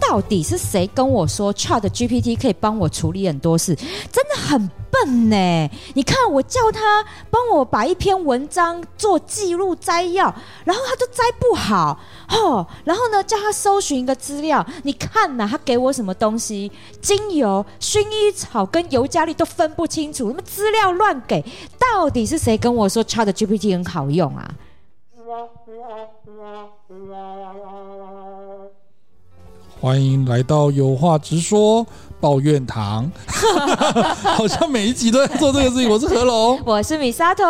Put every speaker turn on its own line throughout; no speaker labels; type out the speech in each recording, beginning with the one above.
到底是谁跟我说 Chat GPT 可以帮我处理很多事？真的很笨呢、你看我叫他帮我把一篇文章做记录摘要，然后他就摘不好哦。然后呢，叫他搜寻一个资料，你看呐、他给我什么东西？精油、薰衣草跟尤加利都分不清楚，什么资料乱给？到底是谁跟我说 Chat GPT 很好用啊？
欢迎来到有话直说抱怨堂， 好像每一集都在做这个事情。我是何龙，
我是米沙头，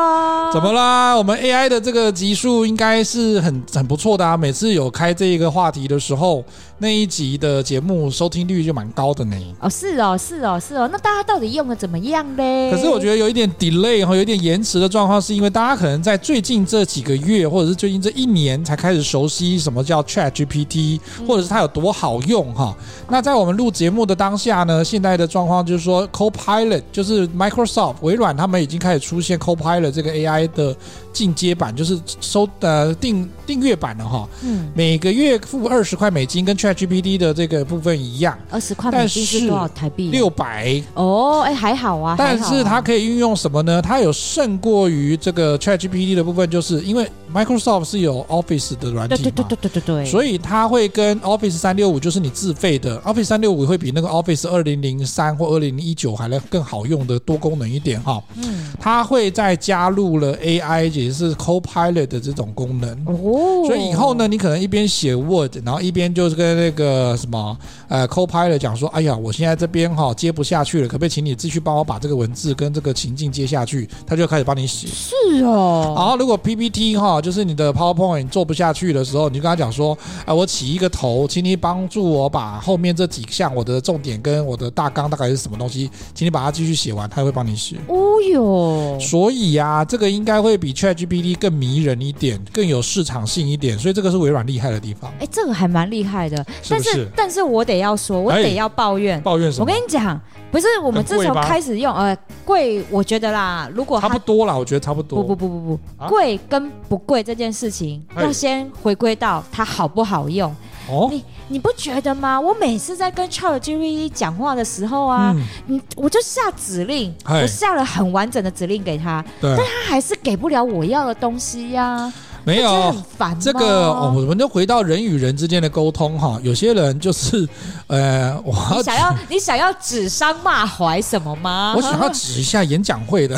怎么啦？我们 AI 的这个集数应该是很很不错的啊！每次有开这一个话题的时候，那一集的节目收听率就蛮高的呢。
哦，是哦，是哦，是哦，那大家到底用的怎么样嘞？
可是我觉得有一点 delay 和有一点延迟的状况，是因为大家可能在最近这几个月，或者是最近这一年才开始熟悉什么叫 Chat GPT，或者是它有多好用哈。那在我们录节目的当下呢，现在的状况就是说，Copilot 就是 Microsoft 微软他们已经开始出现 Copilot 这个 AI 的进阶版，就是收呃订订阅版了哈。
嗯，
每个月付二十块美金，跟 Chat GPT 的这个部分一样，
二十块美金
但是
是多少台币？啊
六百
哦，哎，还好啊，
但
还好啊
是它可以运用什么呢？它有胜过于这个 ChatGPT 的部分，就是因为 Microsoft 是有 Office 的软
对
体
对
嘛，
对对对对对，
所
以
以它会跟 Office 三六五，就是你自费的 Office 三六五，会比那个 Office 二零零三或二零一九还来更好用的多功能一点哈。
嗯，
它会再加入了 AI，也就是 Copilot 的这种功能。
哦，
所以以后呢，你可能一边写 Word，然后一边就是跟那个什么呃 Copilot 讲说，哎呀，我现在这边哈、接不下去了，可不可以请你继续帮我把这个文字跟这个情境接下去？他就开始帮你写。
是
然
哦，
后如果 PPT 哈、就是你的 PowerPoint 做不下去的时候，你就跟他讲说，啊、我起一个头，请你帮助我把后面这几项我的重点跟我的大纲大概是什么东西，请你把它继续写完，他会帮你写。
哦哟，
所以呀、这个应该会比 ChatGPT 更迷人一点，更有市场性一点，所以这个是微软厉害的地方。
哎，这个还蛮厉害的，
是
但
不是？
但是我得要说，我
哎
得要抱怨。
抱怨什
我
么？
跟你讲，不是我们
很贵
自从
吧
开始用，呃，贵，我觉得啦，如果
差
它
不多啦，我觉得差不多。
不不不不
啊
不，贵跟不贵这件事情，
哎
要先回归到它好不好用。
哦，
你不觉得吗？我每次在跟 ChatGPT 讲话的时候啊，
嗯，
你我就下指令，
嗨
我下了很完整的指令给他，
对，
他还是给不了我要的东西呀、
没
不觉得
有
很烦吗
哎这个、哦，我们就回到人与人之间的沟通哈。有些人就是，呃，我
你
要
想 啊要你想要指桑骂槐什么吗？
我想要指一下演讲会的，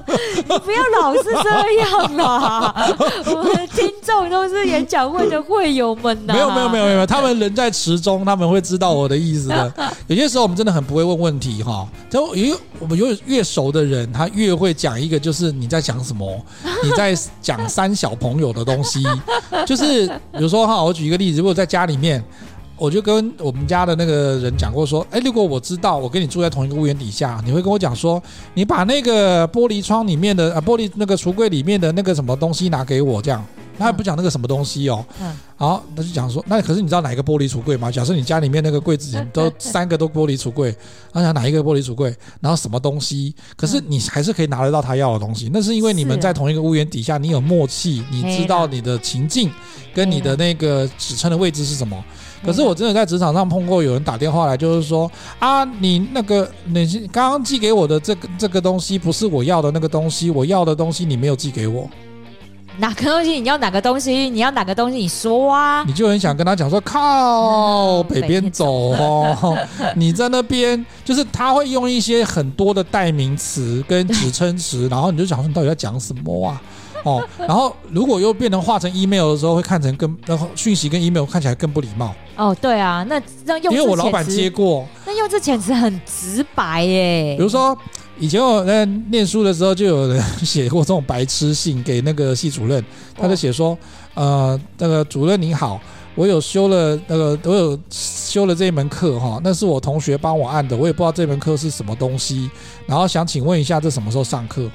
你呃不要老是这样 啦！我们的听众都是演讲会的啊会友们呐、
没有没有没有没有，他们人在池中，他们会知道我的意思的。有些时候我们真的很不会问问题哈，就因为我们有越熟的人，他越会讲一个就是你在讲什么，你在讲三小朋友的东西，就是比如说哈，我举一个例子，如果在家里面。我就跟我们家的那个人讲过说，哎，如果我知道我跟你住在同一个屋檐底下，你会跟我讲说，你把那个玻璃窗里面的啊，玻璃那个橱柜里面的那个什么东西拿给我，这样。他也不讲那个什么东西哦，
嗯
好，他就讲说，那可是你知道哪一个玻璃橱柜吗？假设你家里面那个柜子
嗯
都 三个都玻璃橱柜，他想哪一个玻璃橱柜，然后什么东西，可是你还是可以拿得到他要的东西，那是因为你
嗯
们
是啊
在同一个屋檐底下，你有默契，你知道你的情境跟你的那个指称的位置是什么。可是我真的在职场上碰过有人打电话来，就是说啊，你那个你是刚刚寄给我的这个这个东西不是我要的那个东西，我要的东西你没有寄给我。
哪个东西你要哪个东西，你要哪个东西你说啊。
你就很想跟他讲说靠北边走哦，你在那边就是他会用一些很多的代名词跟指称词，然后你就想说你到底在讲什么啊？哦，然后如果又变成画成 email 的时候，会看成更然后讯息跟 email 看起来更不礼貌，
哦，对啊，那那
因
用
为
字
我老板
遣词
接过，
那用字遣词很直白耶。
比如说，以前我在念书的时候，就有人写过这种白痴信给那个系主任，他就写说，呃，那个主任您好，我有修了那个我有修了这一门课哈，那是我同学帮我按的，我也不知道这门课是什么东西，然后想请问一下这什么时候上课？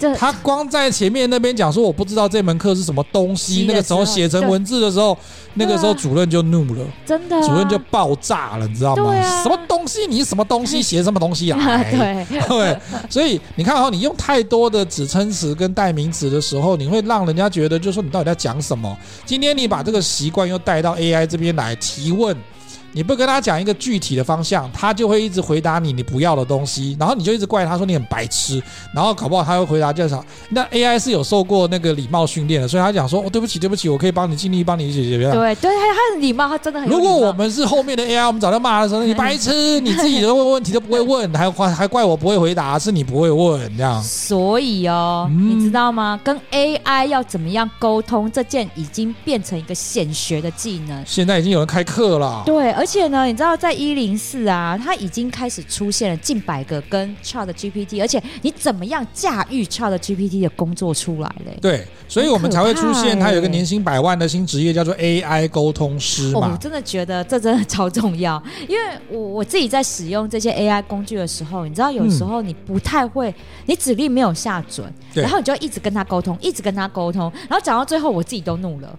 这
他光在前面那边讲说我不知道这门课是什么东西，
是的
那个时候
是的
写成文字的时候，那个时候主任就怒了，
真的啊、
主 任就爆炸了，你知道吗？
对啊哎
什么东西？你什么东西写什么东西 啊？
啊，
哎
对，
对，所以你看哦，你用太多的指称词跟代名词的时候，你会让人家觉得，就是说你到底在讲什么？今天你把这个习惯又带到 AI 这边来提问，你不跟他讲一个具体的方向，他就会一直回答你你不要的东西，然后你就一直怪他说你很白痴，然后搞不好他会回答就是啥那 AI 是有受过那个礼貌训练的，所以他讲说，哦，对不起，对不起，我可以帮你尽力帮你解决。
对对，他他很礼貌，他哎真的很有
如
礼
果
貌。
我嗯们是后面的 AI，我们早就骂他说你 白痴，你自己的问问题都不会问，还还还怪我不会回答，是你不会问这样。
所以哦，
嗯
你知道吗？跟 AI 要怎么样沟通，这件已经变成一个显学的技能。
现在已经有人开课了，
对，而且呢，你知道在一零四啊，它已经开始出现了近百个跟 Chat GPT，而且你怎么样驾驭 Chat GPT 的工作出来嘞？
对，所以我们才会出
很可
现
怕欸
他有一个年薪百万的新职业叫做 AI 沟通师
哦我
嘛。
真的觉得这真的超重要，因为我我自己在使用这些 AI 工具的时候，你知道有时候你不太会，你指令没有下准，
嗯对
然后你就一直跟他沟通，一直跟他沟通，然后讲到最后我自己都怒 了。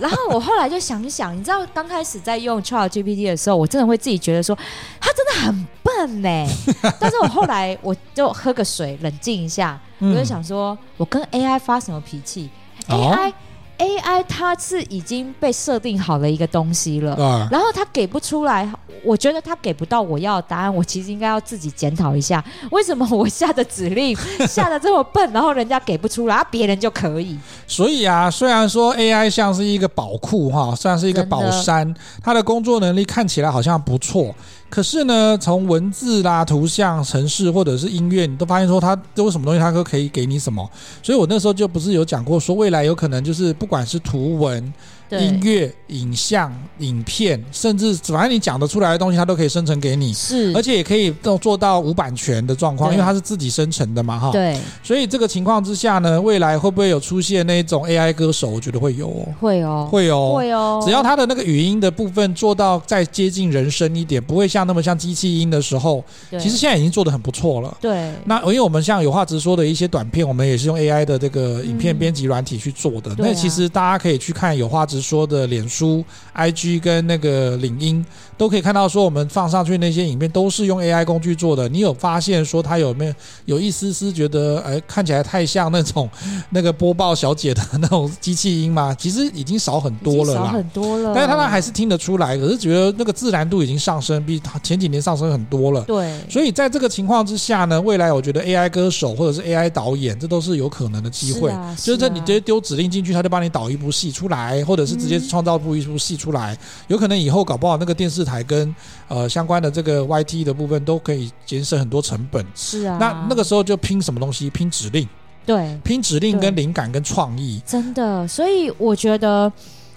然后我后来就想一想，你知道刚开始在用 Chat GPT 的时候，我真的会自己觉得说他真的很笨呢、 但是我后来我就喝个水冷静一下，
嗯
我就想说，我跟 AI 发什么脾气
哦
？AI、AI 它是已经被设定好的一个东西了，
啊，
然后它给不出来，我觉得它给不到我要的答案，我其实应该要自己检讨一下，为什么我下的指 令下的这么笨，然后人家给不出来，啊别人就可以？
所以啊，虽然说 AI 像是一个宝库哈，像是一个宝山，它的工作能力看起来好像不错，可是呢，从文字啦、图像、城市或者是音乐，你都发现说它都有什么东西，它都可以给你什么。所以我那时候就不是有讲过，说未来有可能就是不管是图文、
对，
音乐、影像、影片，甚至反正你讲得出来的东西，它都可以生成给你，
是
而，且也可以都做到无版权的状况，
对
因为它是自己生成的嘛，哈。
对，
所以这个情况之下呢，未来会不会有出现那种 AI 歌手？我觉得会有哦，
会哦，
会哦。
会哦，
只要它的那个语音的部分做到再接近人声一点，不会像那么像机器音的时候，
对
其实现在已经做得很不错了。
对。
那因为我们像有话直说的一些短片，我们也是用 AI 的这个影片
嗯
编辑软体去做的。
对啊
那其实大家可以去看有话直说的脸书、IG 跟那个领英，都可以看到说我们放上去那些影片都是用 AI 工具做的。你有发现说它有没有有一丝丝觉得哎看起来太像那种那个播报小姐的那种机器音吗？ 其实已经少很
已
多
经
了
少
啦。
很多了。
但是他们还是听得出来，可是觉得那个自然度已经上升，比前几年上升很多了。
对，
所以在这个情况之下呢，未来我觉得 AI 歌手或者是 AI 导演，这都是有可能的机会。
是啊
就是这
啊
你直接丢指令进去，他就帮你导一部戏出来，或者是直接
嗯
创造部一部戏出来。有可能以后搞不好那个电视台跟呃相关的这个 YT 的部分都可以节省很多成本。
是啊，
那那个时候就拼什么东西？拼指令，
对，
拼指令
对
跟灵感跟创意。
真的，所以我觉得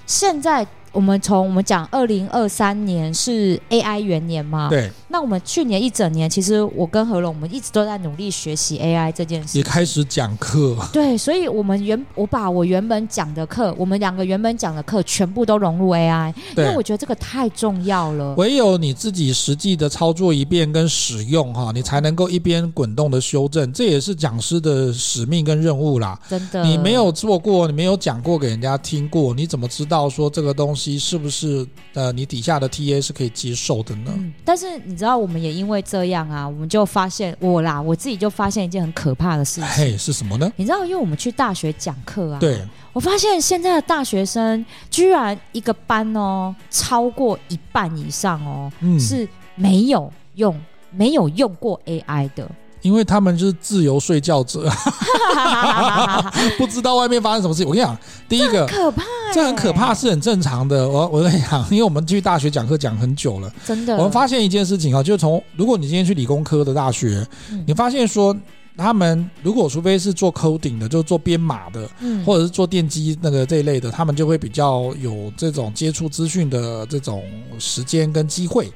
现在我们从我们讲二零二三年是 AI 元年嘛，
对，
那我们去年一整年，其实我跟何龙，我们一直都在努力学习 AI 这件
也
事。
开始讲课。
对，所以我们原我把我原本讲的课，我们两个原本讲的课全部都融入 AI，因
对
为我觉得这个太重要了。
唯有你自己实际的操作一遍跟使用哈，你才能够一边滚动的修正，这也是讲师的使命跟任务啦。
真的，
你没有做过，你没有讲过给人家听过，你怎么知道说这个东西是不是呃你底下的 TA 是可以接受的呢？
嗯，但是你知道，我们也因为这样啊，我们就发现我啦，我自己就发现一件很可怕的事情。
嘿，是什么呢？
你知道，因为我们去大学讲课啊，
对，
我发现现在的大学生居然一个班哦，超过一半以上哦、
嗯，
是没有用、没有用过 AI 的，
因为他们就是自由睡觉者， 不知道外面发生什么事情。我跟你讲，第一个。
可怕、
这很可怕，，是很正常的。我我跟你讲，因为我们去大学讲课讲很久了，
真的。
我们发现一件事情啊，就是从如果你今天去理工科的大学，
嗯
你发现说他们如果除非是做 coding 的，就是做编码的，
嗯
或者是做电机那个这一类的，他们就会比较有这种接触资讯的这种时间跟机会。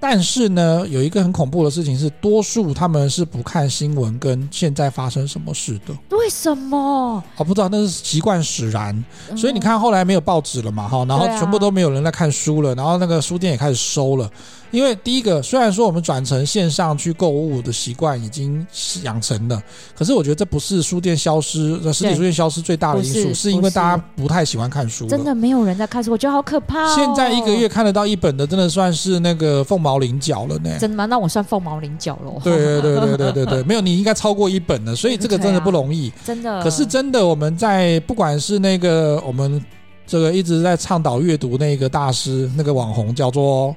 但是呢，有一个很恐怖的事情是，多数他们是不看新闻跟现在发生什么事的，
为什么？
我、不知道那是习惯使然。
嗯
所以你，看，后来没有报纸了嘛，哈，然后
对啊
全部都没有人来看书了，然后那个书店也开始收了。因为第一个，虽然说我们转成线上去购物的习惯已经养成了，可是我觉得这不是书店消失、呃实体
对
书店消失最大的因
不
素，
是
是因
不
为
是
大家不太喜欢看书了。
真的没有人在看书，我觉得好可怕哦。
现在一个月看得到一本的，真的算是那个凤毛麟角了呢。
真的吗？那我算凤毛麟角喽。
对对对对对对对，没有你应该超过一本的，所以这个真的不容易。
真的。
可是真的，我们在不管是那个我们这个一直在倡导阅读那个大师，那个网红叫做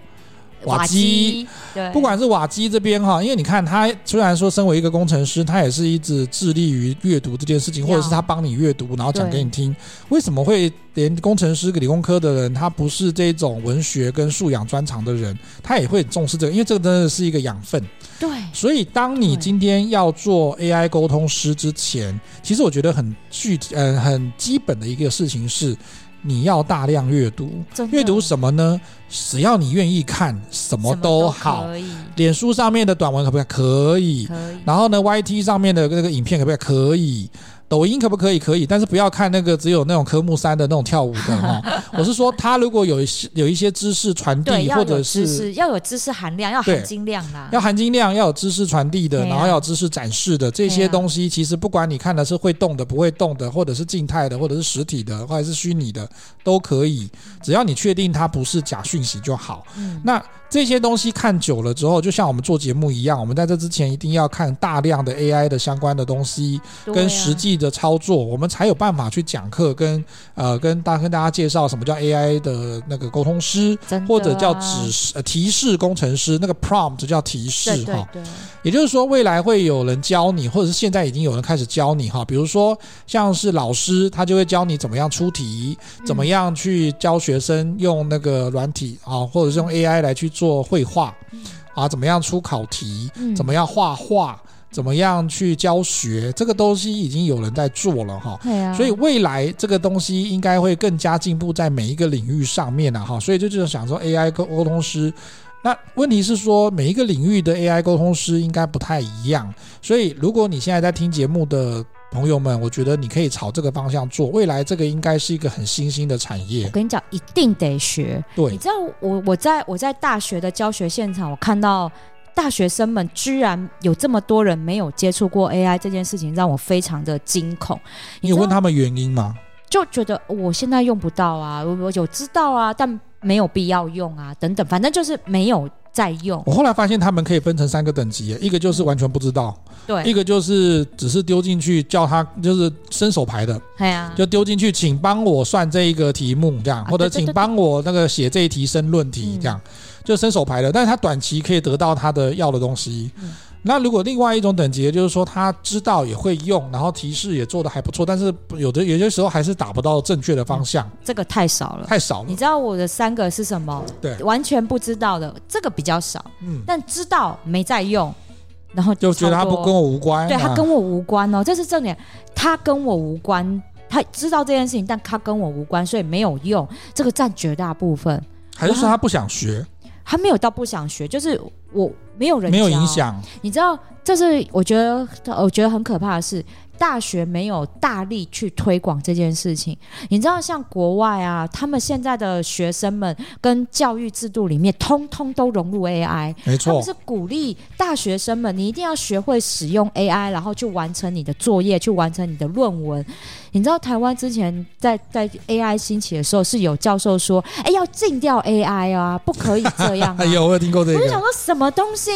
瓦
瓦基，
基，对，
不管是瓦基这边哈，因为你看他虽然说身为一个工程师，他也是一直致力于阅读这件事情，
要
或者是他帮你阅读，然后讲给你听。为什么会连工程师、理工科的人，他不是这种文学跟素养专长的人，他也会很重视这个，因为这个真的是一个养分。
对
所以，当你
对
今天要做 AI 沟通师之前，其实我觉得很具体，呃，很基本的一个事情是，你要大量阅读。
真的
阅读什么呢？只要你愿意看，什么都好。
可以，
脸书上面的短文可不可以？可以。
可以。
然后呢，YT 上面的那个影片可不可以？可以。抖音可不可以？可以，但是不要看那个只有那种科目三的那种跳舞的 哈、我是说，他如果有一些有一些知识传
对，
递，
要
或
有
者
知
是
识，要有知识含量，要
对
含金量啦。
要含金量，要有知识传递的，
啊对啊
然后要有知识展示的这
对
些
啊
东西，其实不管你看的是会动的、不会动的，或者是静态的，或者是实体的，或者是虚拟的，都可以，只要你确定它不是假讯息就好。
嗯，
那这些东西看久了之后，就像我们做节目一样，我们在这之前一定要看大量的 AI 的相关的东西，
对啊
跟实际的操作，我们才有办法去讲课，跟呃跟大跟大家介绍什么叫 AI 的那个沟通师，
真的啊
或者叫指示、呃、提示工程师，那个 prompt 叫提示
对
哈。
对对，
也就是说，未来会有人教你，或者是现在已经有人开始教你哈。比如说，像是老师，他就会教你怎么样出题，
嗯
怎么样去教学生用那个软体啊，或者是用 AI 来去做绘画啊，怎么样出考题，
嗯
怎么样画画，怎么样去教学，这个东西已经有人在做了哈。
对啊，
所以未来这个东西应该会更加进步在每一个领域上面了、哈，所以就就是想说 AI 沟沟通师。那问题是说，每一个领域的 AI 沟通师应该不太一样，所以如果你现在在听节目的朋友们，我觉得你可以朝这个方向做，未来这个应该是一个很新兴的产业
我。跟你讲，一定得学。你
对，
知道我我在我在大学的教学现场，我看到大学生们居然有这么多人没有接触过 AI 这件事情，让我非常的惊恐。
你有
知道
问他们原因吗？
就觉得我现在用不到啊，我我有知道啊，但没有必要用啊，等等，反正就是没有在用。
我后来发现他们可以分成三个等级耶，一个就是完全不知道，一
对，哦
个就是只是丢进去叫他就是伸手牌的，
哎呀、
就丢进去，请帮我算这一个题目，这样，
啊
或者
对对
请
对
帮我那个写这一题申论题，
嗯
这样，就伸手牌的。但是他短期可以得到他的要的东西
嗯。
那如果另外一种等级，就是说他知道也会用，然后提示也做的还不错，但是有的有些时候还是打不到正确的方向，
这个太少了。
太少了
嗯你。知道我的三个是什么？
对
完全不知道的，这个比较少，
嗯，
但知道没在用，然后
就觉得他
超
不
多
跟我无关。
对他
啊
跟我无关哦，这是重点，他跟我无关。他知道这件事情，但他跟我无关，所以没有用。这个占绝大部分，
还是说他不想学，
他没有到不想学，就是我没有人
没有影
教
响。
你知道，这是我觉得我觉得很可怕的是，大学没有大力去推广这件事情。你知道，像国外啊，他们现在的学生们跟教育制度里面，通通都融入 AI，
没
他们
错，
是鼓励大学生们，你一定要学会使用 AI，然后去完成你的作业，去完成你的论文。你知道台湾之前在在 AI 兴起的时候，是有教授说，哎，要禁掉 AI 啊，不可以这样、啊。
哎 有我有听过这
我就想
个。
说，什么东西？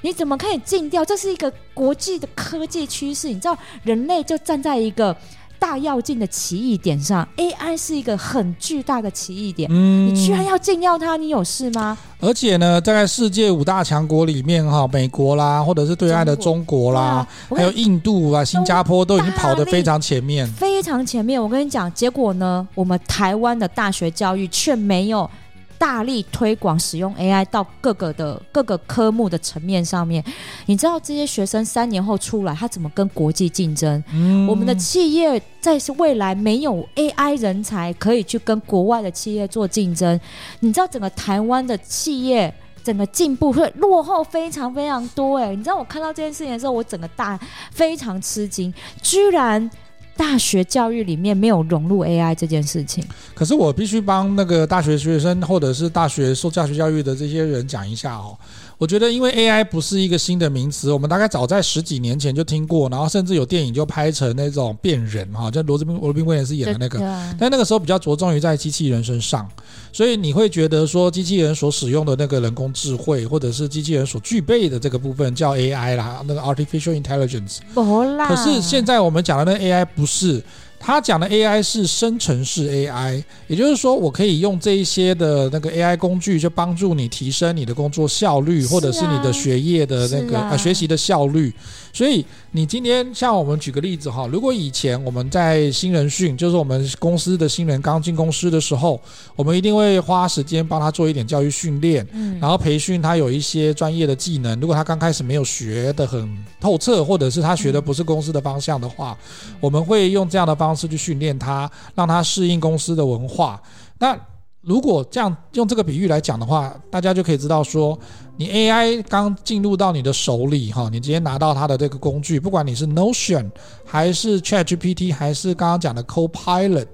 你怎么可以禁掉？这是一个国际的科技趋势，你知道，人类就站在一个大跃进的奇异点上，AI 是一个很巨大的奇异点。
嗯
你居然要禁掉它，你有事吗？
而且呢，在世界五大强国里面哈，美国啦，或者是对岸的中国
对
啦
啊，，我
还
跟
有
你
印度啊、新加坡都已经跑得非常前面。
非常前面。我跟你讲，结果呢，我们台湾的大学教育却没有大力推广使用 AI 到各个的各个科目的层面上面。你知道这些学生三年后出来，他怎么跟国际竞争？
嗯
我们的企业在未来没有 AI 人才可以去跟国外的企业做竞争，你知道整个台湾的企业。整个进步会落后非常非常多哎、你知道我看到这件事情的时候，我整个大非常吃惊，居然大学教育里面没有融入 AI 这件事情。
可是我必须帮那个大学学生或者是大学受大学教育的这些人讲一下哦。我觉得，因为 AI 不是一个新的名词，我们大概早在十几年前就听过，然后甚至有电影就拍成那种变人哈，就罗宾罗宾威廉斯演的那个
对。啊
但那个时候比较着重于在机器人身上，所以你会觉得说机器人所使用的那个人工智慧，或者是机器人所具备的这个部分叫 AI 啦，那个 artificial intelligence。
没啦。
可是现在我们讲的那 AI 不是，他讲的 AI 是生成式 AI，也就是说，我可以用这一些的那个 AI 工具，就帮助你提升你的工作效率，
是啊
或者是你的学业的那
是
个
啊
呃学习的效率。所以你今天像我们举个例子哈，如果以前我们在新人训，就是我们公司的新人刚进公司的时候，我们一定会花时间帮他做一点教育训练，
嗯，
然后培训他有一些专业的技能，如果他刚开始没有学的很透彻，或者是他学的不是公司的方向的话，我们会用这样的方式去训练他，让他适应公司的文化。那如果这样用这个比喻来讲的话，大家就可以知道说，你 AI 刚进入到你的手里哈，你直接拿到它的这个工具，不管你是 Notion 还是 ChatGPT 还是刚刚讲的 Copilot，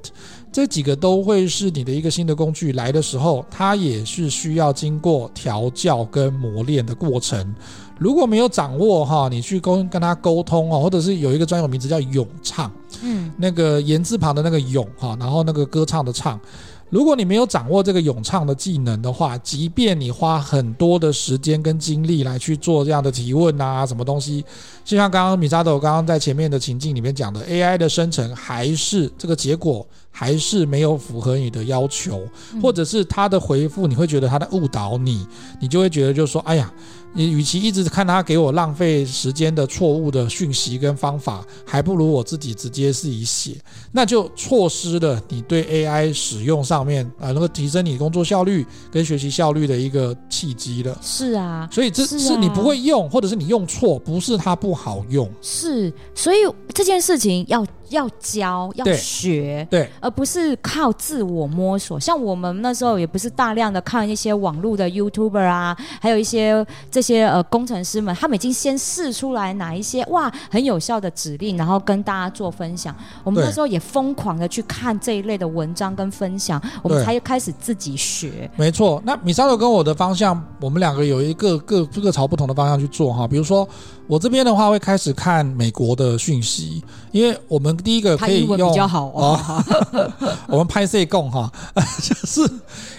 这几个都会是你的一个新的工具来的时候，它也是需要经过调教跟磨练的过程。如果没有掌握哈，你去跟跟他沟通哦，或者是有一个专有名词叫咏唱，
嗯，
那个言字旁的那个咏哈，然后那个歌唱的唱。如果你没有掌握这个咏唱的技能的话，即便你花很多的时间跟精力来去做这样的提问啊，什么东西，就像刚刚米沙豆刚刚在前面的情境里面讲的，AI 的生成还是这个结果还是没有符合你的要求，
嗯
或者是他的回复你会觉得他在误导你，你就会觉得就是说，哎呀，你与其一直看他给我浪费时间的错误的讯息跟方法，还不如我自己直接自己写。那就错失了你对 AI 使用上面啊、能够提升你工作效率跟学习效率的一个契机了。
是啊，
所以这
是啊
是你不会用，或者是你用错，不是它不好用。
是，所以这件事情要要教要
对
学，
对，
而不是靠自我摸索。像我们那时候也不是大量的看一些网络的 YouTuber 啊，还有一些这些呃工程师们，他们已经先试出来哪一些哇很有效的指令，然后跟大家做分享。我们
对
那时候也疯狂的去看这一类的文章跟分享，我们
对
才开始自己学。
没错。那米沙豆跟我的方向，我们两个有一个各各朝不同的方向去做哈。比如说，我这边的话会开始看美国的讯息，因为我们第一个
他
可以
英文
用
比较好哦，
我们拍摄供哈， 就是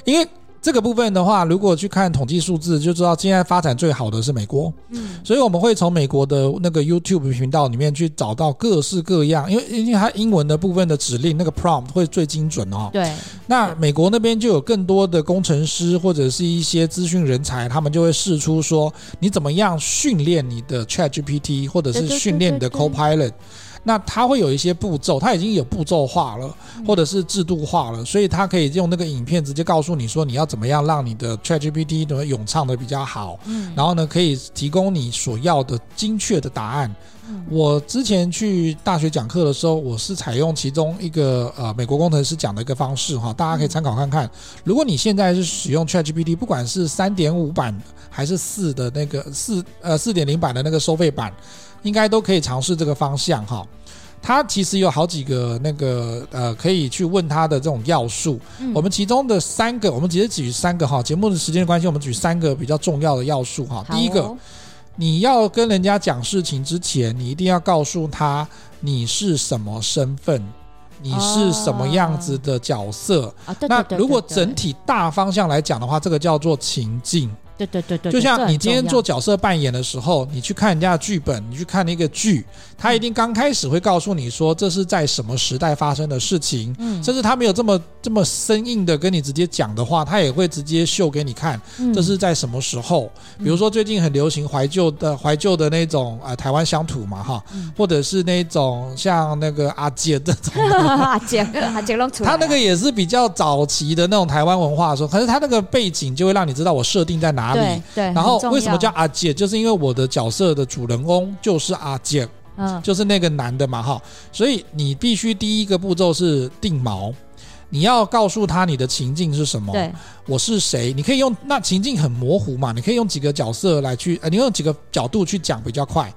因为这个部分的话，如果去看统计数字，就知道现在发展最好的是美国。
嗯，
所以我们会从美国的那个 YouTube 频道里面去找到各式各样，因为因为它英文的部分的指令那个 prompt 会最精准哦。
对，
那美国那边就有更多的工程师或者是一些资讯人才，他们就会试出说你怎么样训练你的 Chat GPT，或者是
对对
训练你的
对对
Copilot。那它会有一些步骤，它已经有步骤化了，
嗯
或者是制度化了，所以它可以用那个影片直接告诉你说你要怎么样让你的 ChatGPT 的咏唱的比较好，
嗯，
然后呢，可以提供你所要的精确的答案。
嗯
我之前去大学讲课的时候，我是采用其中一个呃美国工程师讲的一个方式哈，大家可以参考看看。如果你现在是使用 ChatGPT，不管是三点五版还是四的那个四呃四点零版的那个收费版，应该都可以尝试这个方向哈。它其实有好几个那个呃，可以去问它的这种要素，
嗯
我们其中的三个，我们直接举三个哈。节目的时间的关系，我们举三个比较重要的要素哈。
好
第一个，
哦
你要跟人家讲事情之前，你一定要告诉他你是什么身份，你是什么样子的角色。
啊，对对
那
对，
如果
对对
整体大方向来讲的话，这个叫做情境。
对对对对，对
就
这
像你
很
今天
重
做
要
角色扮演的时候，你去看人家的剧本，你去看那个剧，他一定刚开始会告诉你说这是在什么时代发生的事情，
嗯
甚至他没有这么这么生硬的跟你直接讲的话，他也会直接秀给你看，
嗯
这是在什么时候？比如说最近很流行怀旧的怀旧的那种啊、呃台湾乡土嘛哈，
嗯。
或者是那种像那个阿姐这种
啊阿杰阿杰弄出来
他
了，
那个也是比较早期的那种台湾文化的时候，可是他那个背景就会让你知道我设定在哪里，
对对，
然后
很重
为什么
要
叫阿姐？就是因为我的角色的主人公就是阿姐，
嗯
就是那个男的嘛哈。所以你必须第一个步骤是定锚，你要告诉他你的情境是什么，
对
我是谁。你可以用那情境很模糊嘛，你可以用几个角色来去，呃，你用几个角度去讲比较快。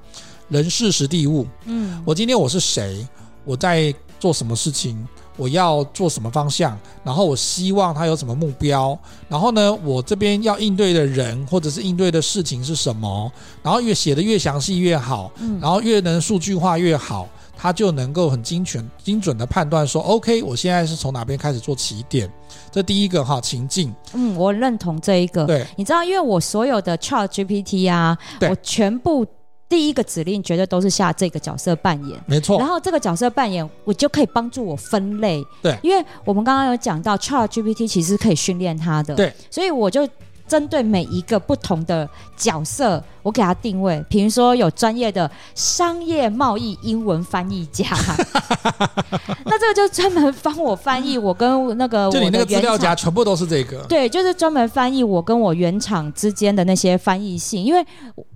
人事实地物，
嗯
我今天我是谁？我在做什么事情，我要做什么方向，然后我希望他有什么目标，然后呢，我这边要应对的人或者是应对的事情是什么，然后越写的越详细越好，
嗯
然后越能数据化越好，他就能够很精准精准的判断说，OK，我现在是从哪边开始做起点，这第一个哈情境，
嗯，我认同这一个。
对，
你知道，因为我所有的 Chat GPT 啊，
对
我全部第一个指令绝对都是下这个角色扮演。
没错
然，后这个角色扮演，我就可以帮助我分类。
对
因为我们刚刚有讲到 Chat GPT 其实可以训练它的。
对，
所以我就针对每一个不同的角色，我给它定位。比如说有专业的商业贸易英文翻译家， 那这个就专门帮我翻译我跟那个我
就
的
你那个资
原
料
厂
夹全部都是这个，
对，就是专门翻译我跟我原厂之间的那些翻译性，因为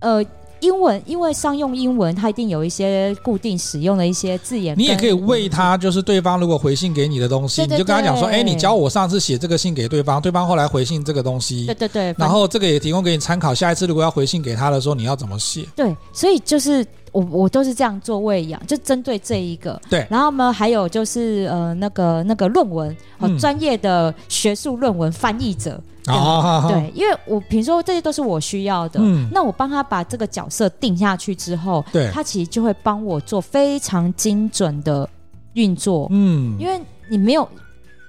呃。英文，因为商用英文它一定有一些固定使用的一些字眼跟。
你也可以为他，就是对方如果回信给你的东西，
对对
你就跟他讲说，
对
哎、你教我上次写这个信给对方，对方后来回信这个东
对
西，
对对，
然
反
后这个也提供给你参考，下一次如果要回信给他的时候，你要怎么写？
对，所以就是我我都是这样做喂养，就针对这一个。
对
然后呢，还有就是呃那个那个论文，哦、
嗯
专业的学术论文翻译者，
啊、
对
哦，
对，因为我比如说这些都是我需要的，
嗯
那我帮他把这个角色定下去之后，
对
他其实就会帮我做非常精准的运作，
嗯，
因为你没有。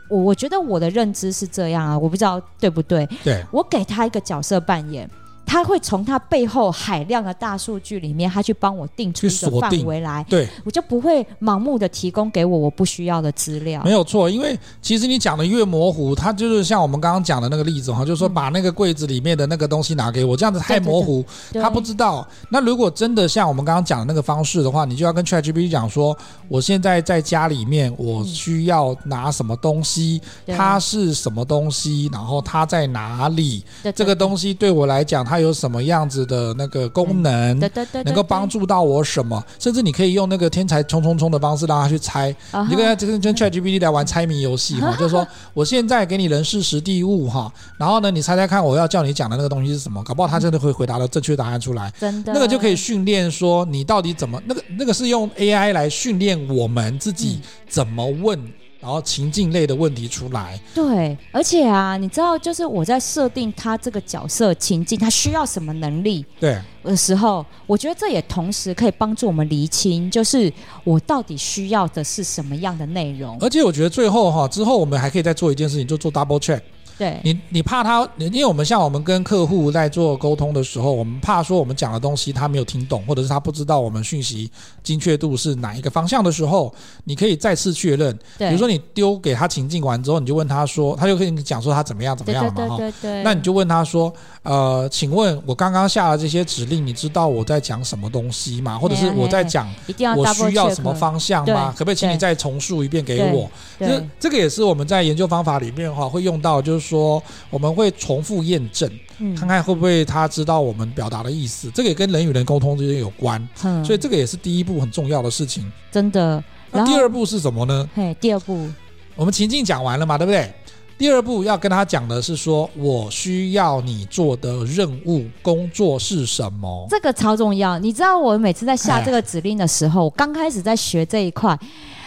我我觉得我的认知是这样啊，我不知道对不对。
对，
我给他一个角色扮演，他会从他背后海量的大数据里面，他去帮我定出
去
一个
锁
范
定
围来，
对，
我就不会盲目的提供给我我不需要的资料
没。有错，因为其实你讲的越模糊，他就是像我们刚刚讲的那个例子哈，就是说把那个柜子里面的那个东西拿给我，这样子太模糊，
嗯对
嗯他不知道。那如果真的像我们刚刚讲的那个方式的话，你就要跟 ChatGPT 讲说，我现在在家里面，我需要拿什么东西，
对
它是什么东西，然后它在哪里，
对
这个东西对我来讲，它有什么样子的那个功能。
对对对对
能够帮助到我什么？甚至你可以用那个天才冲冲冲的方式让他去猜，
啊
你就跟他跟跟 ChatGPT 来玩猜谜游戏哈，就是说我现在给你人事实地物哈，然后呢你猜猜看我要叫你讲的那个东西是什么，搞不好他真的会回答到正确答案出来。
真的
那个就可以训练说你到底怎么那个那个是用 AI 来训练我们自己怎么问，然后情境类的问题出来。
对，而且啊，你知道，就是我在设定他这个角色情境，他需要什么能力
对，
的时候，我觉得这也同时可以帮助我们厘清，就是我到底需要的是什么样的内容。
而且我觉得最后哈之后我们还可以再做一件事情，就做 double check。
对，
你你怕他，因为我们像我们跟客户在做沟通的时候，我们怕说我们讲的东西他没有听懂，或者是他不知道我们讯息精确度是哪一个方向的时候，你可以再次确认。比
对，
如说你丢给他情境完之后，你就问他说，他就跟你讲说他怎么样怎么
对
样
对
了嘛
对
哈。
对对，
那你就问他说，呃，请问我刚刚下了这些指令，你知道我在讲什么东西吗？或者是我在讲
一定要
我
double
需要
check
什么方向吗？
对
可不可以请你
对
再重述一遍给
对
我？这
对
这个也是我们在研究方法里面的话会用到，就是说我们会重复验证，
嗯
看看会不会他知道我们表达的意思。这个也跟人与人沟通之间有关，
嗯
所以这个也是第一步很重要的事情。
真的，
那
然后
第二步是什么呢？
嘿，第二步，
我们情境讲完了嘛，对不对？第二步要跟他讲的是说，我需要你做的任务工作是什么？
这个超重要。你知道我每次在下
哎
这个指令的时候，我刚开始在学这一块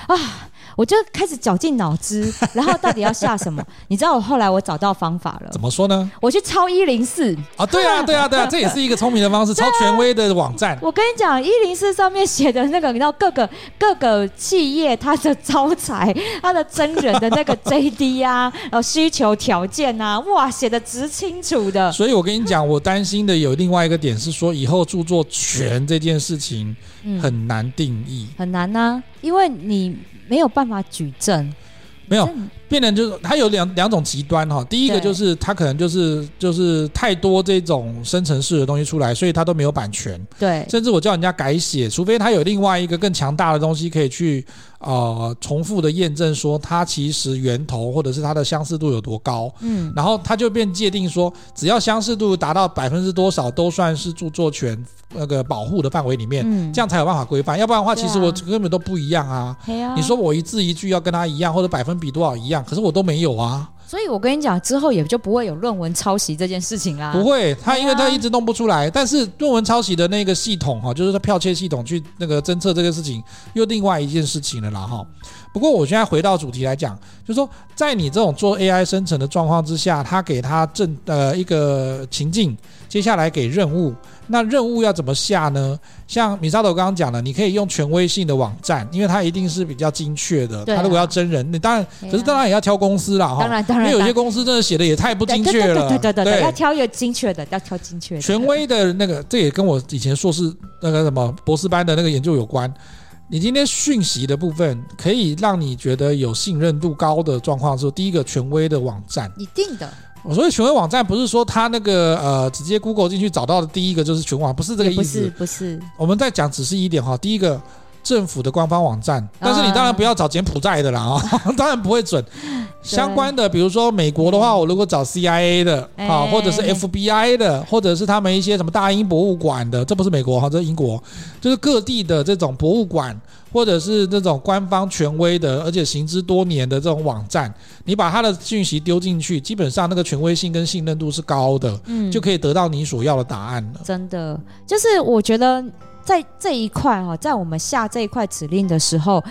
啊，我就开始绞尽脑汁，然后到底要下什么？ 你知道我后来我找到方法了
怎，么说呢？
我去抄一零四。
啊，对啊，对啊，对啊，这也是一个聪明的方 式，超
啊
权威的网站。
我跟你讲，一零四上面写的那个，你知道各个各个企业它的招财、它的真人的那个 JD 啊，然后需求条件啊，哇，写的直清楚的。
所以我跟你讲，我担心的有另外一个点是说，以后著作权这件事情
嗯
很难定义，
很难呐、因为你没有办法举证。
没有
真的
变成就是它有两两种极端哈。第一个
对
就是它可能就是就是太多这种生成式的东西出来，所以它都没有版权，
对
甚至我叫人家改写，除非它有另外一个更强大的东西可以去呃重复的验证说它其实源头或者是它的相似度有多高。
嗯，
然后它就变界定说，只要相似度达到百分之多少，都算是著作权那个保护的范围里面，
嗯
这样才有办法规范。要不然的话，
对
其
啊
实我根本都不一样啊。
嘿啊
你说我一字一句要跟他一样，或者百分比多少一样，可是我都没有啊。
所以我跟你讲，之后也就不会有论文抄袭这件事情啦。
不会，他
对啊
因为他一直弄不出来，但是论文抄袭的那个系统哈，就是他剽窃系统去那个侦测这个事情，又另外一件事情了啦哈。不过我现在回到主题来讲，就是说在你这种做 AI 生成的状况之下，他给他正呃一个情境，接下来给任务，那任务要怎么下呢？像米沙头刚刚讲了，你可以用权威性的网站，因为它一定是比较精确的。
对啊
它如果要真人，你当然，
对啊
可是当然也要挑公司啦哈。
当然当然，
因为有
当
些
然
公司真的写的也太不精确了，
对对对对对对，要挑一个精确的，要挑精确的。
权威的那个，这也跟我以前硕士那个什么博士班的那个研究有关。你今天讯息的部分，可以让你觉得有信任度高的状况是，第一个权威的网站。
一定的，
我说的权威网站不是说它那个呃直接 Google 进去找到的第一个就是全网，不是这个
也
意
不是
思。
不是，
我们再讲只是一点哈，第一个政府的官方网站，
啊
但是你当然不要找柬埔寨的啦啊、 当然不会准。相关的，比如说美国的话，我如果找 CIA 的啊，
哎
或者是 FBI 的，或者是他们一些什么大英博物馆的，这不是美国哈，这是英国，就是各地的这种博物馆，或者是这种官方权威的，而且行之多年的这种网站，你把它的讯息丢进去，基本上那个权威性跟信任度是高的，
嗯，
就可以得到你所要的答案了。
真的，就是我觉得在这一块哈、在我们下这一块指令的时候，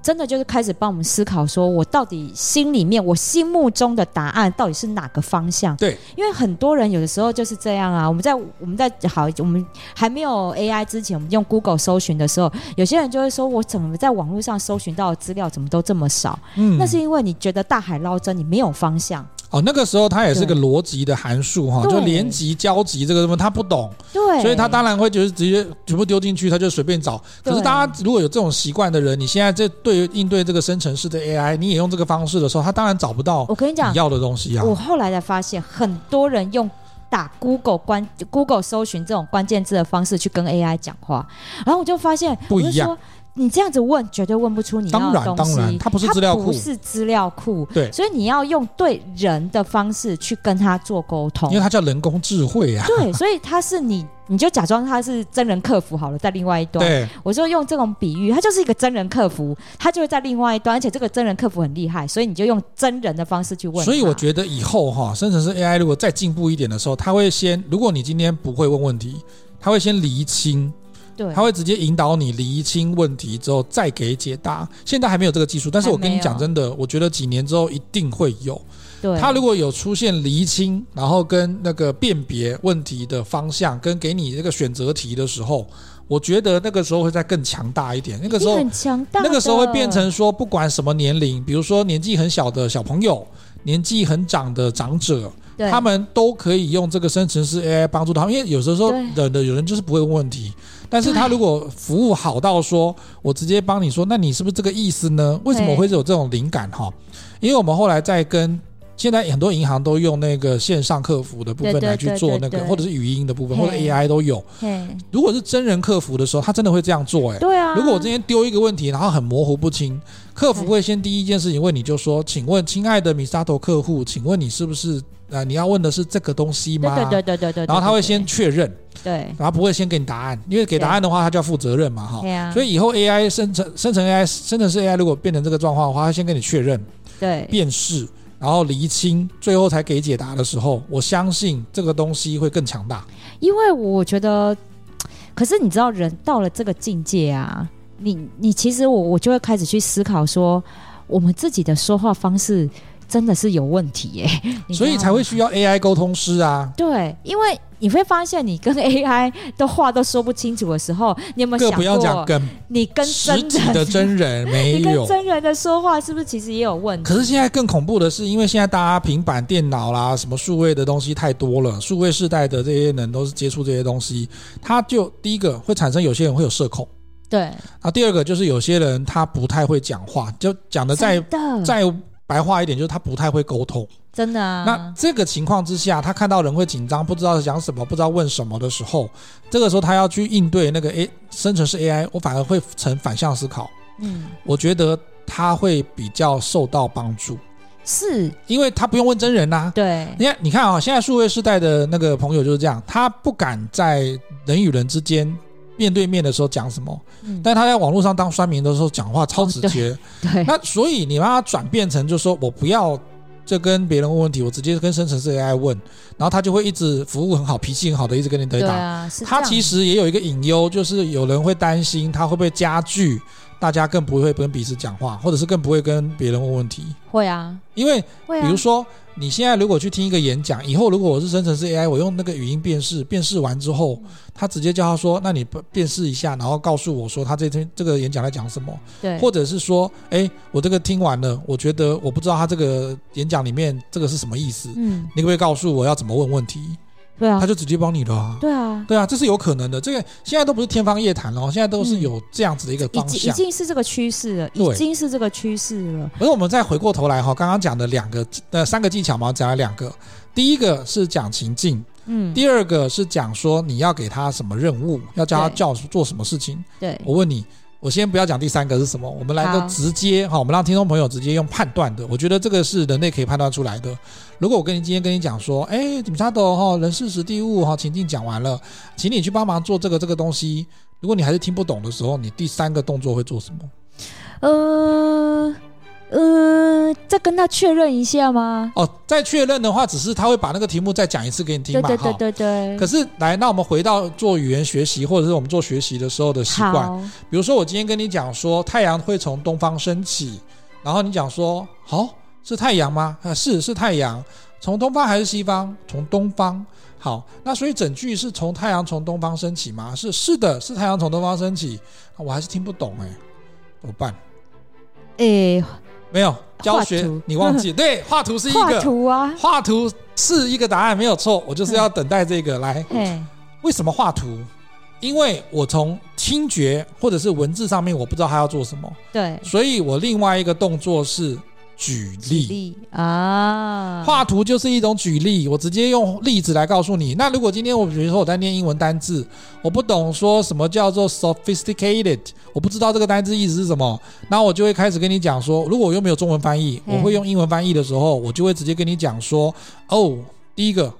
真的就是开始帮我们思考，说我到底心里面我心目中的答案到底是哪个方向？
对，
因为很多人有的时候就是这样啊。我们在我们在好，我们还没有 AI 之前，我们用 Google 搜寻的时候，有些人就会说，我怎么在网络上搜寻到的资料怎么都这么少？
嗯，
那是因为你觉得大海捞针，你没有方向。
哦，那个时候它也是个
对
逻辑的函数哈，
对
就连级、交集这个东西他不懂。
对，
所以他当然会就是直接全部丢进去，他就随便找。可是
对
大家如果有这种习惯的人，你现在这对应对这个生成式的 AI，你也用这个方式的时候，他当然找不到
我跟你讲
你，要的东西啊。
我后来才发现，很多人用打 Google 关 Google 搜寻这种关键字的方式去跟 AI 讲话，然后我就发现
不一样。
我就说你这样子问，绝对问不出你要
当
的
然，
东西。
当然，它不是资料
它不
库，
是资料库，
对
所以你要用对人的方式去跟他做沟通
因为。它叫人工智慧啊。
对， 所以他是你，你就假装他是真人客服好了，在另外一端。
对，
我就用这种比喻，他就是一个真人客服，他就会在另外一端，而且这个真人客服很厉害，所以你就用真人的方式去问他。
所以我觉得以后哈，生成式 AI 如果再进步一点的时候，它会先，如果你今天不会问问题，它会先厘清，
对
它，会直接引导你厘清问题之后再给解答。现在还没有这个技术，但是我跟你
还没有
讲真的，我觉得几年之后一定会有。
对
它如果有出现厘清，然后跟那个辨别问题的方向，跟给你这个选择题的时候，我觉得那个时候会再更强大一点。那个时
一定
候，
很强大的，
那个时候会变成说，不管什么年龄，比如说年纪很小的小朋友，年纪很长的长者，
对
他们都可以用这个生成式 AI 帮助他们，因为有时候
对
的的有人就是不会问问题，但是他如果服务好到说，我直接帮你说，那你是不是这个意思呢？为什么
对
会有这种灵感哈？因为我们后来在跟现在很多银行都用那个线上客服的部分
对对
来去做那
对
个，
对
或者是语音的部分，或者
嘿
AI 都有。
嘿，
如果是真人客服的时候，他真的会这样做、欸，
对啊。
哎如果我今天丢一个问题，然后很模糊不清，客服会先第一件事情问你就说：“请问，亲爱的米沙头客户，请问你是不是呃你要问的是这个东西吗？”
对对对对对对，
然后他会先
对
确认，
对，
然后不会先给你答案，因为给答案的话他就要负责任嘛哈
对。啊，
哦所
以
以以后 AI 生成生成 AI 生成式 AI 如果变成这个状况的话，他先跟你确认、
对
辨识，然后厘清，最后才给解答的时候，我相信这个东西会更强大。
因为我觉得，可是你知道，人到了这个境界啊，你你其实我我就会开始去思考说，我们自己的说话方式真的是有问题 耶、你知
所
道
以才
吗
会需要 AI 沟通师啊，
对，因为你会发现，你跟 AI 的话都说不清楚的时候，你有没有
更
想
不要讲
过，
跟
你跟
实
真
体的真人没
你
有
跟。真人的说话是不是其实也有问题？
可是现在更恐怖的是，因为现在大家平板电脑啦，什么数位的东西太多了，数位世代的这些人都是接触这些东西，他就第一个会产生有些人会有社恐，
对，
啊，第二个就是有些人他不太会讲话，就讲的再
真的
再白话一点，就是他不太会沟通。
真的啊，
那这个情况之下，他看到人会紧张，不知道讲什么，不知道问什么的时候，这个时候他要去应对那个 A 生成式 AI，我反而会成反向思考，
嗯
我觉得他会比较受到帮助。
是
因为他不用问真人呐、
对
你看，你看啊、现在数位时代的那个朋友就是这样，他不敢在人与人之间面对面的时候讲什么，
嗯
但他在网络上当酸民的时候讲话超直接。
对
那所以你让他转变成，就是说我不要就跟别人问问题，我直接跟生成式 AI 问，然后他就会一直服务很好、脾气很好的，一直跟你对
对
答。
啊，是这
他
样
其实也有一个隐忧，就是有人会担心他会不会加剧，大家更不会跟彼此讲话，或者是更不会跟别人问问题。
会啊，
因为
会啊，
比如说，你现在如果去听一个演讲，以后如果我是生成式 AI，我用那个语音辨识，辨识完之后，
嗯
他直接叫他说：“那你辨识一下，然后告诉我说他这天这个演讲在讲什么。”
对，
或者是说，哎，我这个听完了，我觉得我不知道他这个演讲里面这个是什么意思，
嗯，
你可不可以告诉我要怎么问问题？
对啊
他，就直接帮你了啊。
对啊，
对啊，这是有可能的。这个现在都不是天方夜谭了哦，现在都是有这样子的一个
嗯已
方
经已
向。
经是这个趋势了，已
对
经是这个趋势了，
而我们再回过头来哈、哦刚刚讲的两个呃三个技巧嘛，我讲了两个。第一个是讲情境，
嗯，
第二个是讲说你要给他什么任务，要叫他
对
叫做什么事情。
对，
我问你，我先不要讲第三个是什么，我们来个
好
直接哈，我们让听众朋友直接用判断的，我觉得这个是人类可以判断出来的。如果我跟你今天跟你讲说，哎，警察的哈，人事实地物哈，情境讲完了，请你去帮忙做这个这个东西。如果你还是听不懂的时候，你第三个动作会做什么？
呃呃，再跟他确认一下吗？
哦，再确认的话，只是他会把那个题目再讲一次给你听
对
嘛，
对对
哈。
对对，
可是来，那我们回到做语言学习，或者是我们做学习的时候的习惯。
好，
比如说，我今天跟你讲说太阳会从东方升起，然后你讲说好、是太阳吗？啊，是是太阳，从东方还是西方？从东方。好，那所以整句是从太阳从东方升起吗？是是的，是太阳从东方升起。啊我还是听不懂哎、怎么办？
诶，
没有教
画
学
图，
你忘记对画图是一
画
个
图啊，
画图是一个答案没有错，我就是要等待这个来。
嘿，
为什么画图？因为我从听觉或者是文字上面，我不知道他要做什么。
对，
所以我另外一个动作是举
举
例。
例啊，
画图就是一种举例，我直接用例子来告诉你。那如果今天我比如说我在念英文单字，我不懂说什么叫做 sophisticated，我不知道这个单字意思是什么，那我就会开始跟你讲说，如果我又没有中文翻译，
嗯
我会用英文翻译的时候，我就会直接跟你讲说，哦，第一个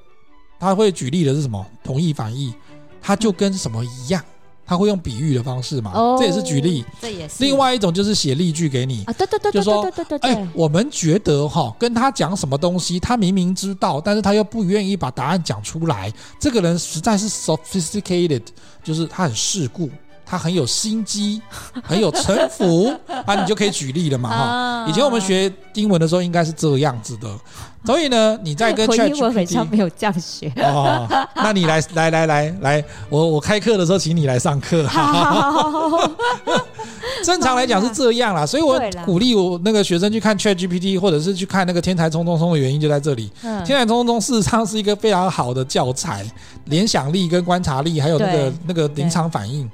他会举例的是什么？同义反义，它就跟什么一样，他会用比喻的方式嘛，
哦，
这也是举例。，
这也是
另外一种就是写例句给你，
啊，对对对
就
对
说
对对对对
哎、
对，
我们觉得哈、跟他讲什么东西，他明明知道，但是他又不愿意把答案讲出来。这个人实在是 sophisticated，就是他很世故，他很有心 机，很有城府啊，你就可以举例了嘛哈。
啊
以前我们学英文的时候应该是这样子的，所以呢，你在跟
我英文
ChatGPT
很像没有这样学。
哦，那你来来来来来，我我开课的时候请你来上课。
好好好好好，
正常来讲是这样啦，所以我
啊对啦
鼓励我那个学生去看 ChatGPT 或者是去看那个《天才冲冲冲》的原因就在这里。
嗯
《天才冲冲冲》事实上是一个非常好的教材，联想力跟观察力，还有那个
对
那个临场反应。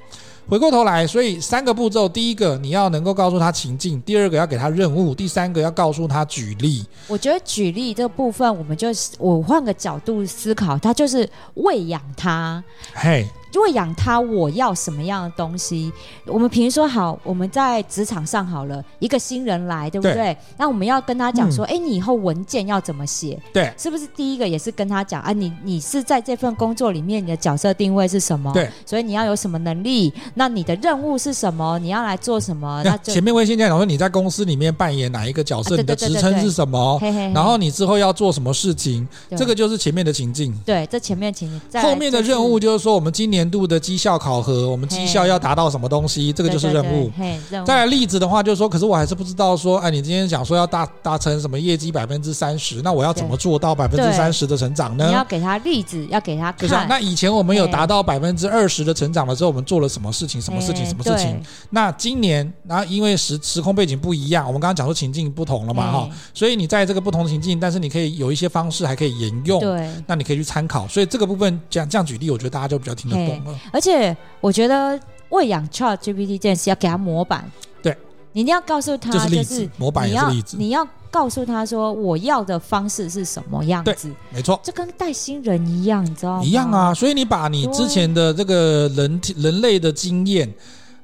回过头来，所以三个步骤：第一个，你要能够告诉他情境；第二个，要给他任务；第三个，要告诉他举例。
我觉得举例这部分，我们就是我换个角度思考，它就是喂养它，
嘿，
喂养它我要什么样的东西。我们比如说好，我们在职场上好了，一个新人来，对不对？
对嗯
那我们要跟他讲说，哎、你以后文件要怎么写？
对
是不是第一个也是跟他讲啊？你你是在这份工作里面，你的角色定位是什么？
对，
所以你要有什么能力？那你的任务是什么？你要来做什么？
那
那就
前面微信讲说你在公司里面扮演哪一个角色，
啊对
你的
对
职
对对
称
啊对
是什么，
嘿嘿嘿
哦然后你之后要做什么事情，
对
这个就是前面的情境。
对，这前面请你再来
后面的
就是
任务就是说，我们今年度的绩效考核，我们绩效要达到什么东西，这个就是任
对对
务。
对嘿，任务。
再来例子的话，就是说，可是我还是不知道说，哎，你今天讲说要达达成什么业绩百分之三十，那我要怎么做到百分之三十的成长
你要
呢？
给他例子，要给他
就像
看
那以前我们有
对
达到百分之二十的成长的时候，我们做了什么事情？什么事情？
哎
什么事情？那今年，然后因为时时空背景不一样，我们刚刚讲说情境不同了嘛，哈
哎，
所以你在这个不同情境，但是你可以有一些方式还可以沿
对
用，
对，
那你可以去参考。所以这个部分这样这样举例，我觉得大家就比较听得懂了。
而且我觉得喂养 Chat GPT 这件事要给他模板，
对，
你一定要告诉他，
就是例
就
子
是
模板
你
也是
要
例子
你要告诉他说我要的方式是什么样子，
没错，
这跟带新人一样，你知道吗？
一样，啊。所以你把你之前的这个人体人类的经验，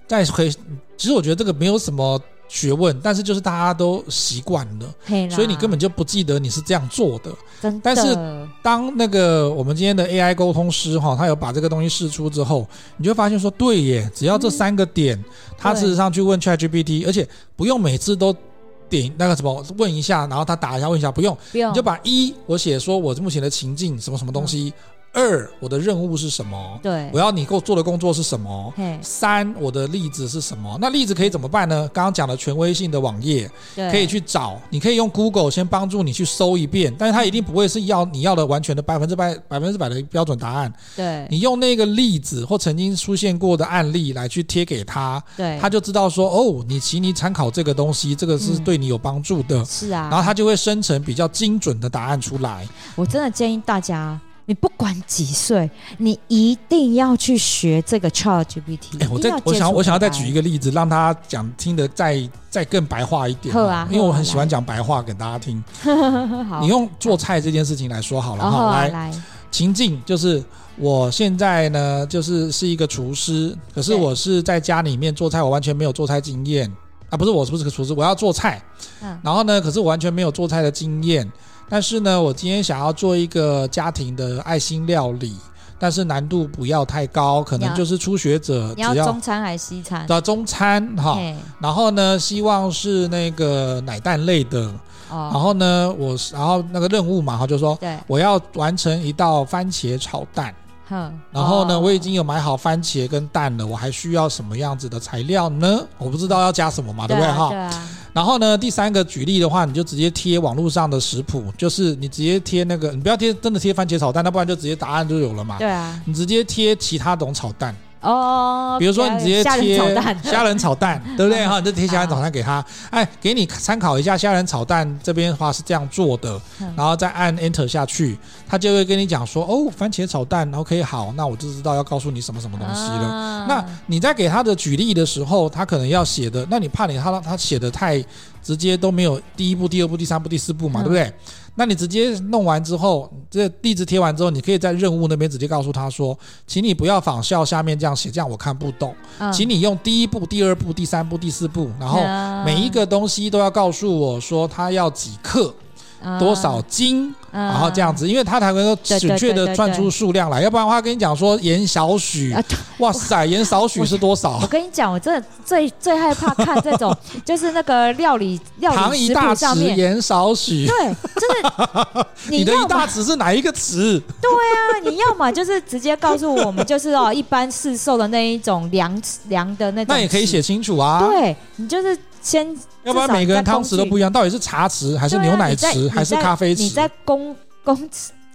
再回，其实我觉得这个没有什么学问，但是就是大家都习惯了，
嘿啦，
所以你根本就不记得你是这样做的。
真的，
但是当那个我们今天的 AI 沟通师哈、他有把这个东西试出之后，你就会发现说，对耶，只要这三个点，他
对
事实上去问 ChatGPT，而且不用每次都点那个什么问一下，然后他打一下问一下，不用，
不用
你就把一我写说我目前的情境什么什么东西，二我的任务是什么，
对
我，要你给我做的工作是什么。
嘿，
三，我的例子是什么？那例子可以怎么办呢？刚刚讲的权威性的网页
对，
可以去找，你可以用 Google 先帮助你去搜一遍，但是它一定不会是要你要的完全的百分之百百分之百的标准答案。
对
你用那个例子或曾经出现过的案例来去贴给他，
对，
他就知道说哦，你请你参考这个东西，这个是
嗯
对你有帮助的，
是
然后
啊，
他就会生成比较精准的答案出来。
我真的建议大家。你不管几岁，你一定要去学这个 Chat GPT、
哎，我再我想我想要再举一
个，
个例子，让他讲听得再再更白话一点
好
哦，
啊
因为
好啊
我很喜欢
来
讲白话给大家听。
好
你，用做菜这件事情来说好了
然后
哈，
啊
来
来，
情境就是我现在呢，就是是一个厨师，可是
对
我是在家里面做菜，我完全没有做菜经验啊，不是我是不是个厨师，我要做菜，
嗯，
然后呢，可是我完全没有做菜的经验，但是呢，我今天想要做一个家庭的爱心料理，但是难度不要太高，可能
要
就是初学者
你
呃
要
只要
中餐还是西餐？
的中餐哈，
嘿
然后呢，希望是那个奶蛋类的，然
哦，
后呢，我然后那个任务嘛，哈，就说
对，
我要完成一道番茄炒蛋。
哼，
然后呢，
哦
我已经有买好番茄跟蛋了，我还需要什么样子的材料呢？我不知道要加什么嘛，对
对
不对
啊对
哈？
啊，
然后呢，第三个举例的话，你就直接贴网络上的食谱，就是你直接贴那个，你不要贴真的贴番茄炒蛋，那不然就直接答案就有了嘛。
对啊，
你直接贴其他种炒蛋，
哦，
比如说你直接
虾仁
贴
炒 蛋，啊
虾仁 炒蛋，对不对哈？你就贴虾仁炒蛋给他，哎，给你参考一下虾仁炒蛋这边的话是这样做的，
嗯
然后再按 Enter 下去，他就会跟你讲说，哦，番茄炒蛋，OK，好，那我就知道要告诉你什么什么东西了。
啊
那你在给他的举例的时候，他可能要写的，那你怕你他他写的太直接都没有第一步、第二步、第三步、第四步嘛，
嗯
对不对？那你直接弄完之后，这地址贴完之后，你可以在任务那边直接告诉他说，请你不要仿效下面这样写，这样我看不懂，
嗯
请你用第一步、第二步、第三步、第四步，然后每一个东西都要告诉我说它要几克、多少，斤，
嗯
然后这样，子，因为他才能够
对对
准确
对
的
对
算
对
出数量来，要不然的话跟你讲说盐少许
嗯啊，对
哇塞，盐少许是多少
我？跟你讲，我真的最最害怕看这种， 就是那个料理料
糖
理
一
食
大
谱上
匙，
面，
盐少许。
对，就是
你的
要
一大
么
匙是哪一个匙？
对啊，你要么就是直接告诉我们，就是 哦，一般市售的那一种凉凉的那种，
那也可以写，清楚啊。
对你就是先
要不然每个人汤匙都不一样，到底是茶匙还是牛奶
对啊你
匙
在
还是咖啡
你在
匙？
工工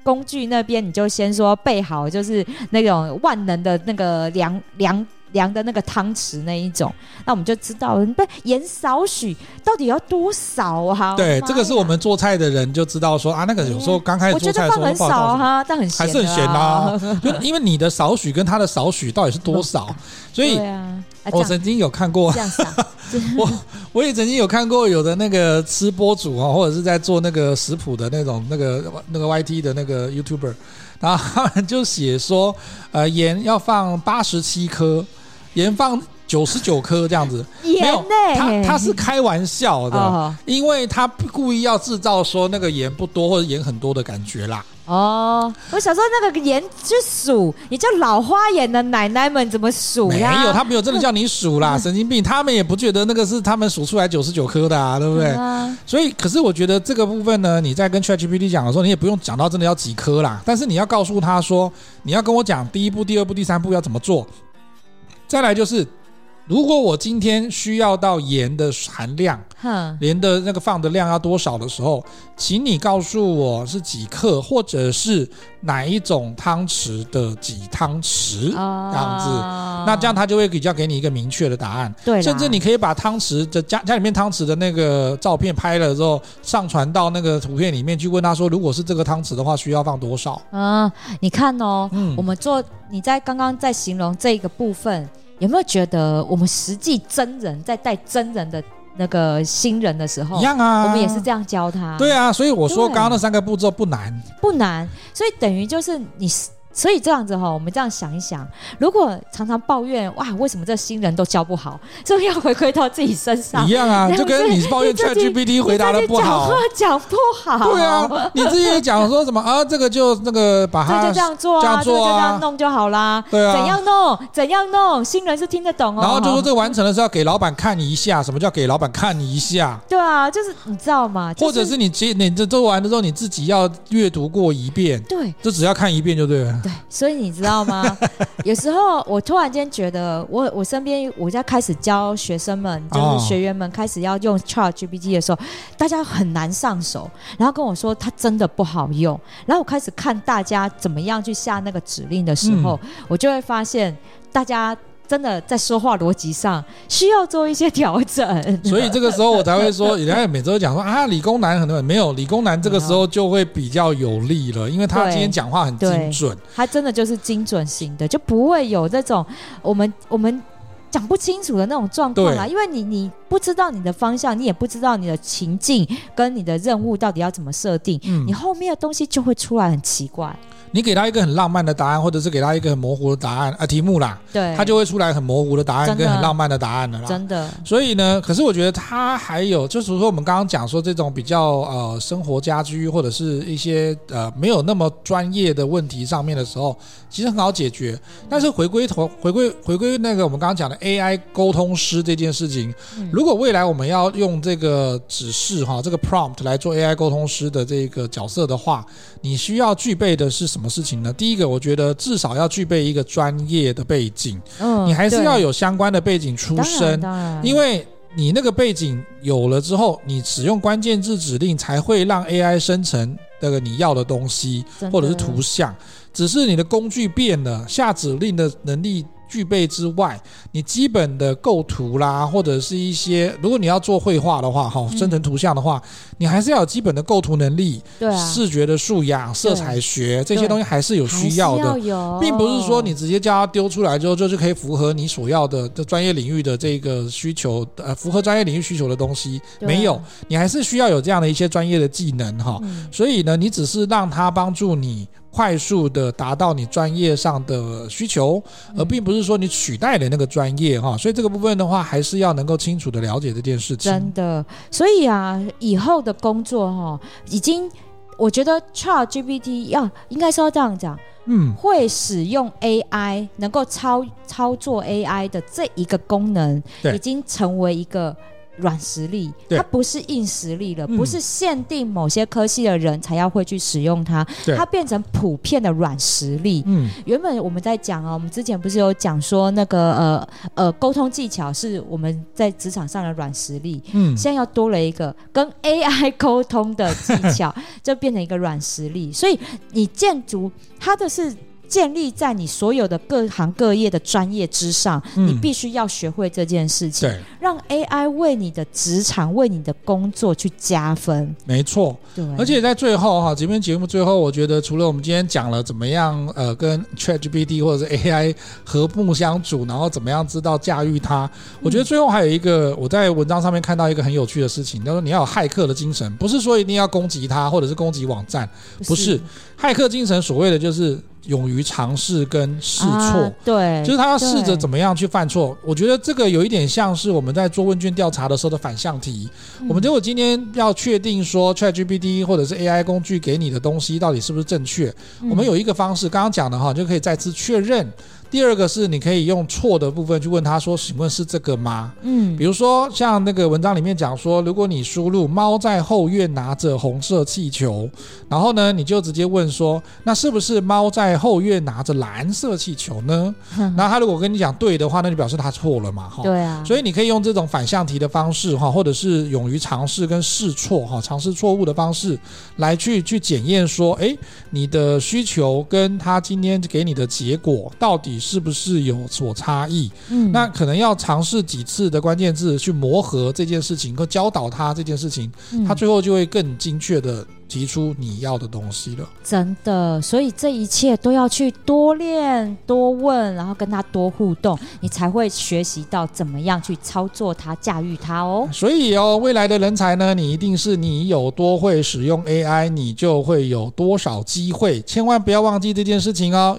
工具那边，你就先说备好，就是那种万能的那个量量量的那个汤匙那一种，那我们就知道了不盐少许到底要多少啊？我的妈
对，
呀
这个是我们做菜的人就知道说啊，那个有时候刚开始
我觉
做菜
得
的时
放很
候都不
少啊
知道
哈，但很咸、
还是很咸
啊
啊。就因为你的少许跟他的少许到底是多少，所以
对啊，啊这
我
样
曾经有看过
这样撒，
我我也曾经有看过有的那个吃播主啊，或者是在做那个食谱的那种那个那个 YT 的那个 YouTuber，然后他们就写说，呃，盐要放八十七颗，盐放九十九颗这样子，
盐
没有
呢、，
他他是开玩笑的，
哦
因为他故意要制造说那个盐不多或者盐很多的感觉啦。
哦，我想说那个盐去数，你叫老花眼的奶奶们怎么数
没
呀？
有，他没有真的叫你 数啦，神经病，他们也不觉得那个是他们数出来九十九颗的啊，对不对？
啊
所以，可是我觉得这个部分呢，你在跟 ChatGPT 讲的时候，你也不用讲到真的要几颗啦，但是你要告诉他说，你要跟我讲第一步、第二步、第三步要怎么做。再来就是，如果我今天需要到盐的含量，
哼，
盐的那个放的量要多少的时候，请你告诉我是几克，或者是哪一种汤匙的几汤匙。
哦
这样子那这样他就会比较给你一个明确的答案。
对啦，
甚至你可以把汤匙的家家里面汤匙的那个照片拍了之后，上传到那个图片里面去，问他说，如果是这个汤匙的话，需要放多少？
啊，你看哦，
嗯
我，们做你在刚刚在形容这个部分，有没有觉得我们实际真人在带真人的那个新人的时候
一，样啊，
哦我们也是这样教他，
对啊，所以我说
对
刚刚那三个步骤不难，
不难，所以等于就是你实所以这样子哈、我们这样想一想，如果常常抱怨哇，为什么这新人都教不好，这要回归到自己身上
一。样啊，
对
就跟你抱怨
你自己
ChatGPT 回答的不好
你 在，这讲话讲不好，
对啊，你自己也讲说什么啊？这个就那个把
这
它
就这样做啊，
这样做啊
这个就这样弄就好啦。
对啊
怎样弄？怎样弄？新人是听得懂哦。
然后就说这完成了是要给老板看一下，什么叫给老板看一下？
对啊，就是你知道吗？就
或者是你接你这做完了之后，你自己要阅读过一遍，
对。
就只要看一遍就对了。
对，所以你知道 吗？有时候我突然间觉得我，我身边我在开始教学生们，就
哦
是学员们开始要用 Chat GPT 的时候，大家很难上手，然后跟我说它真的不好用，然后我开始看大家怎么样去下那个指令的时候，
嗯
我就会发现大家。真的在说话逻辑上需要做一些调整，
所以这个时候我才会说， 人家每周讲说啊，理工男很多人没有，理工男这个时候就会比较有力了，因为他
对
今天讲话很精准，
它真的就是精准型的，就不会有那种我们我们讲不清楚的那种状况啦。
对
因为你你不知道你的方向，你也不知道你的情境跟你的任务到底要怎么设定，
嗯
你，后面的东西就会出来很奇怪。
你给他一个很浪漫的答案，或者是给他一个很模糊的答案啊题目啦，
对，
他就会出来很模糊的答案
真的
跟很浪漫的答案了啦。
真的
所以呢，可是我觉得他还有，就是说我们刚刚讲说这种比较呃生活家居或者是一些呃没有那么专业的问题上面的时候，其实很好解决。但是回归头回归回归那个我们刚刚讲的 AI 沟通师这件事情，
嗯
如果未来我们要用这个指示哈这个 prompt 来做 AI 沟通师的这个角色的话，你需要具备的是什么事情呢？第一个，我觉得至少要具备一个专业的背景，
嗯
你还是
对
要有相关的背景出
当然
身。
当然
因为你那个背景有了之后，你使用关键字指令才会让 AI 生成那个你要的东西
真的
或者是图像。只是你的工具变了，下指令的能力具备之外，你基本的构图啦，或者是一些如果你要做绘画的话，哈，
嗯
生成图像的话，你还是要有基本的构图能力、
对啊，
视觉的素养、色彩学这些东西还是有
还是
需要的。
有嗯
并不是说你直接叫它丢出来之后，就是可以符合你所要的这专业领域的这个需求，呃，符合专业领域需求的东西
对啊
没有，你还是需要有这样的一些专业的技能哈。
嗯
所以呢，你只是让它帮助你快速的达到你专业上的需求，而
嗯
并不是说你取代了那个专业哈。所以这个部分的话，还是要能够清楚的了解这件事
真
情。
的，所以啊，以后的工作哈、已经我觉得 Chat GPT 要应该是要这样讲，
嗯，
会使用 AI 能够操操作 AI 的这一个功能，
对
已经成为一个。软实力，
对
它不是硬实力了，
嗯
不是限定某些科系的人才要会去使用它，
对
它变成普遍的软实力。
嗯，
原本我们在讲啊，我们之前不是有讲说那个呃呃沟通技巧是我们在职场上的软实力，
嗯，
现在要多了一个跟 AI 沟通的技 巧，就变成一个软实力。所以你建筑它的是建立在你所有的各行各业的专业之上，
嗯
你必须要学会这件事情，
对，
让 AI 为你的职场、为你的工作去加分。
没错。
对，
而且在最后哈，这边节目最后，我觉得除了我们今天讲了怎么样呃跟 ChatGPT 或者是 AI 和睦相处，然后怎么样知道驾驭它，我觉得最后还有一个我在文章上面看到一个很有趣的事情，他说你要有骇客的精神，不是说一定要攻击它或者是攻击网站，不是骇客精神所谓的就是勇于尝试跟试错。
啊对，
就是他要试着
对
怎么样去犯错，我觉得这个有一点像是我们在做问卷调查的时候的反向题。
嗯
我们如果今天要确定说 ChatGPT 或者是 AI 工具给你的东西到底是不是正确，
嗯
我们有一个方式，刚刚讲的哈，你就可以再次确认。第二个是你可以用错的部分去问他说，请问是这个吗？
嗯
比如说像那个文章里面讲说，如果你输入“猫在后院拿着红色气球”，然后呢，你就直接问说，那是不是猫在后院拿着蓝色气球呢？
嗯，
然后他如果跟你讲对的话，那就表示他错了嘛，哈。
对啊，
所
以
以你可以用这种反向题的方式哈，或者是勇于尝试跟试错哈，尝试错误的方式来去去检验说，诶，你的需求跟他今天给你的结果到底是不是有所差异？
嗯
那可能要尝试几次的关键字去磨合这件事情，和教导他这件事情，他
嗯
最后就会更精确的提出你要的东西了。
真的，所以这一切都要去多练、多问，然后跟他多互动，你才会学习到怎么样去操作它、驾驭它哦。
所以哦，未来的人才呢，你一定是你有多会使用 AI，你就会有多少机会，千万不要忘记这件事情哦。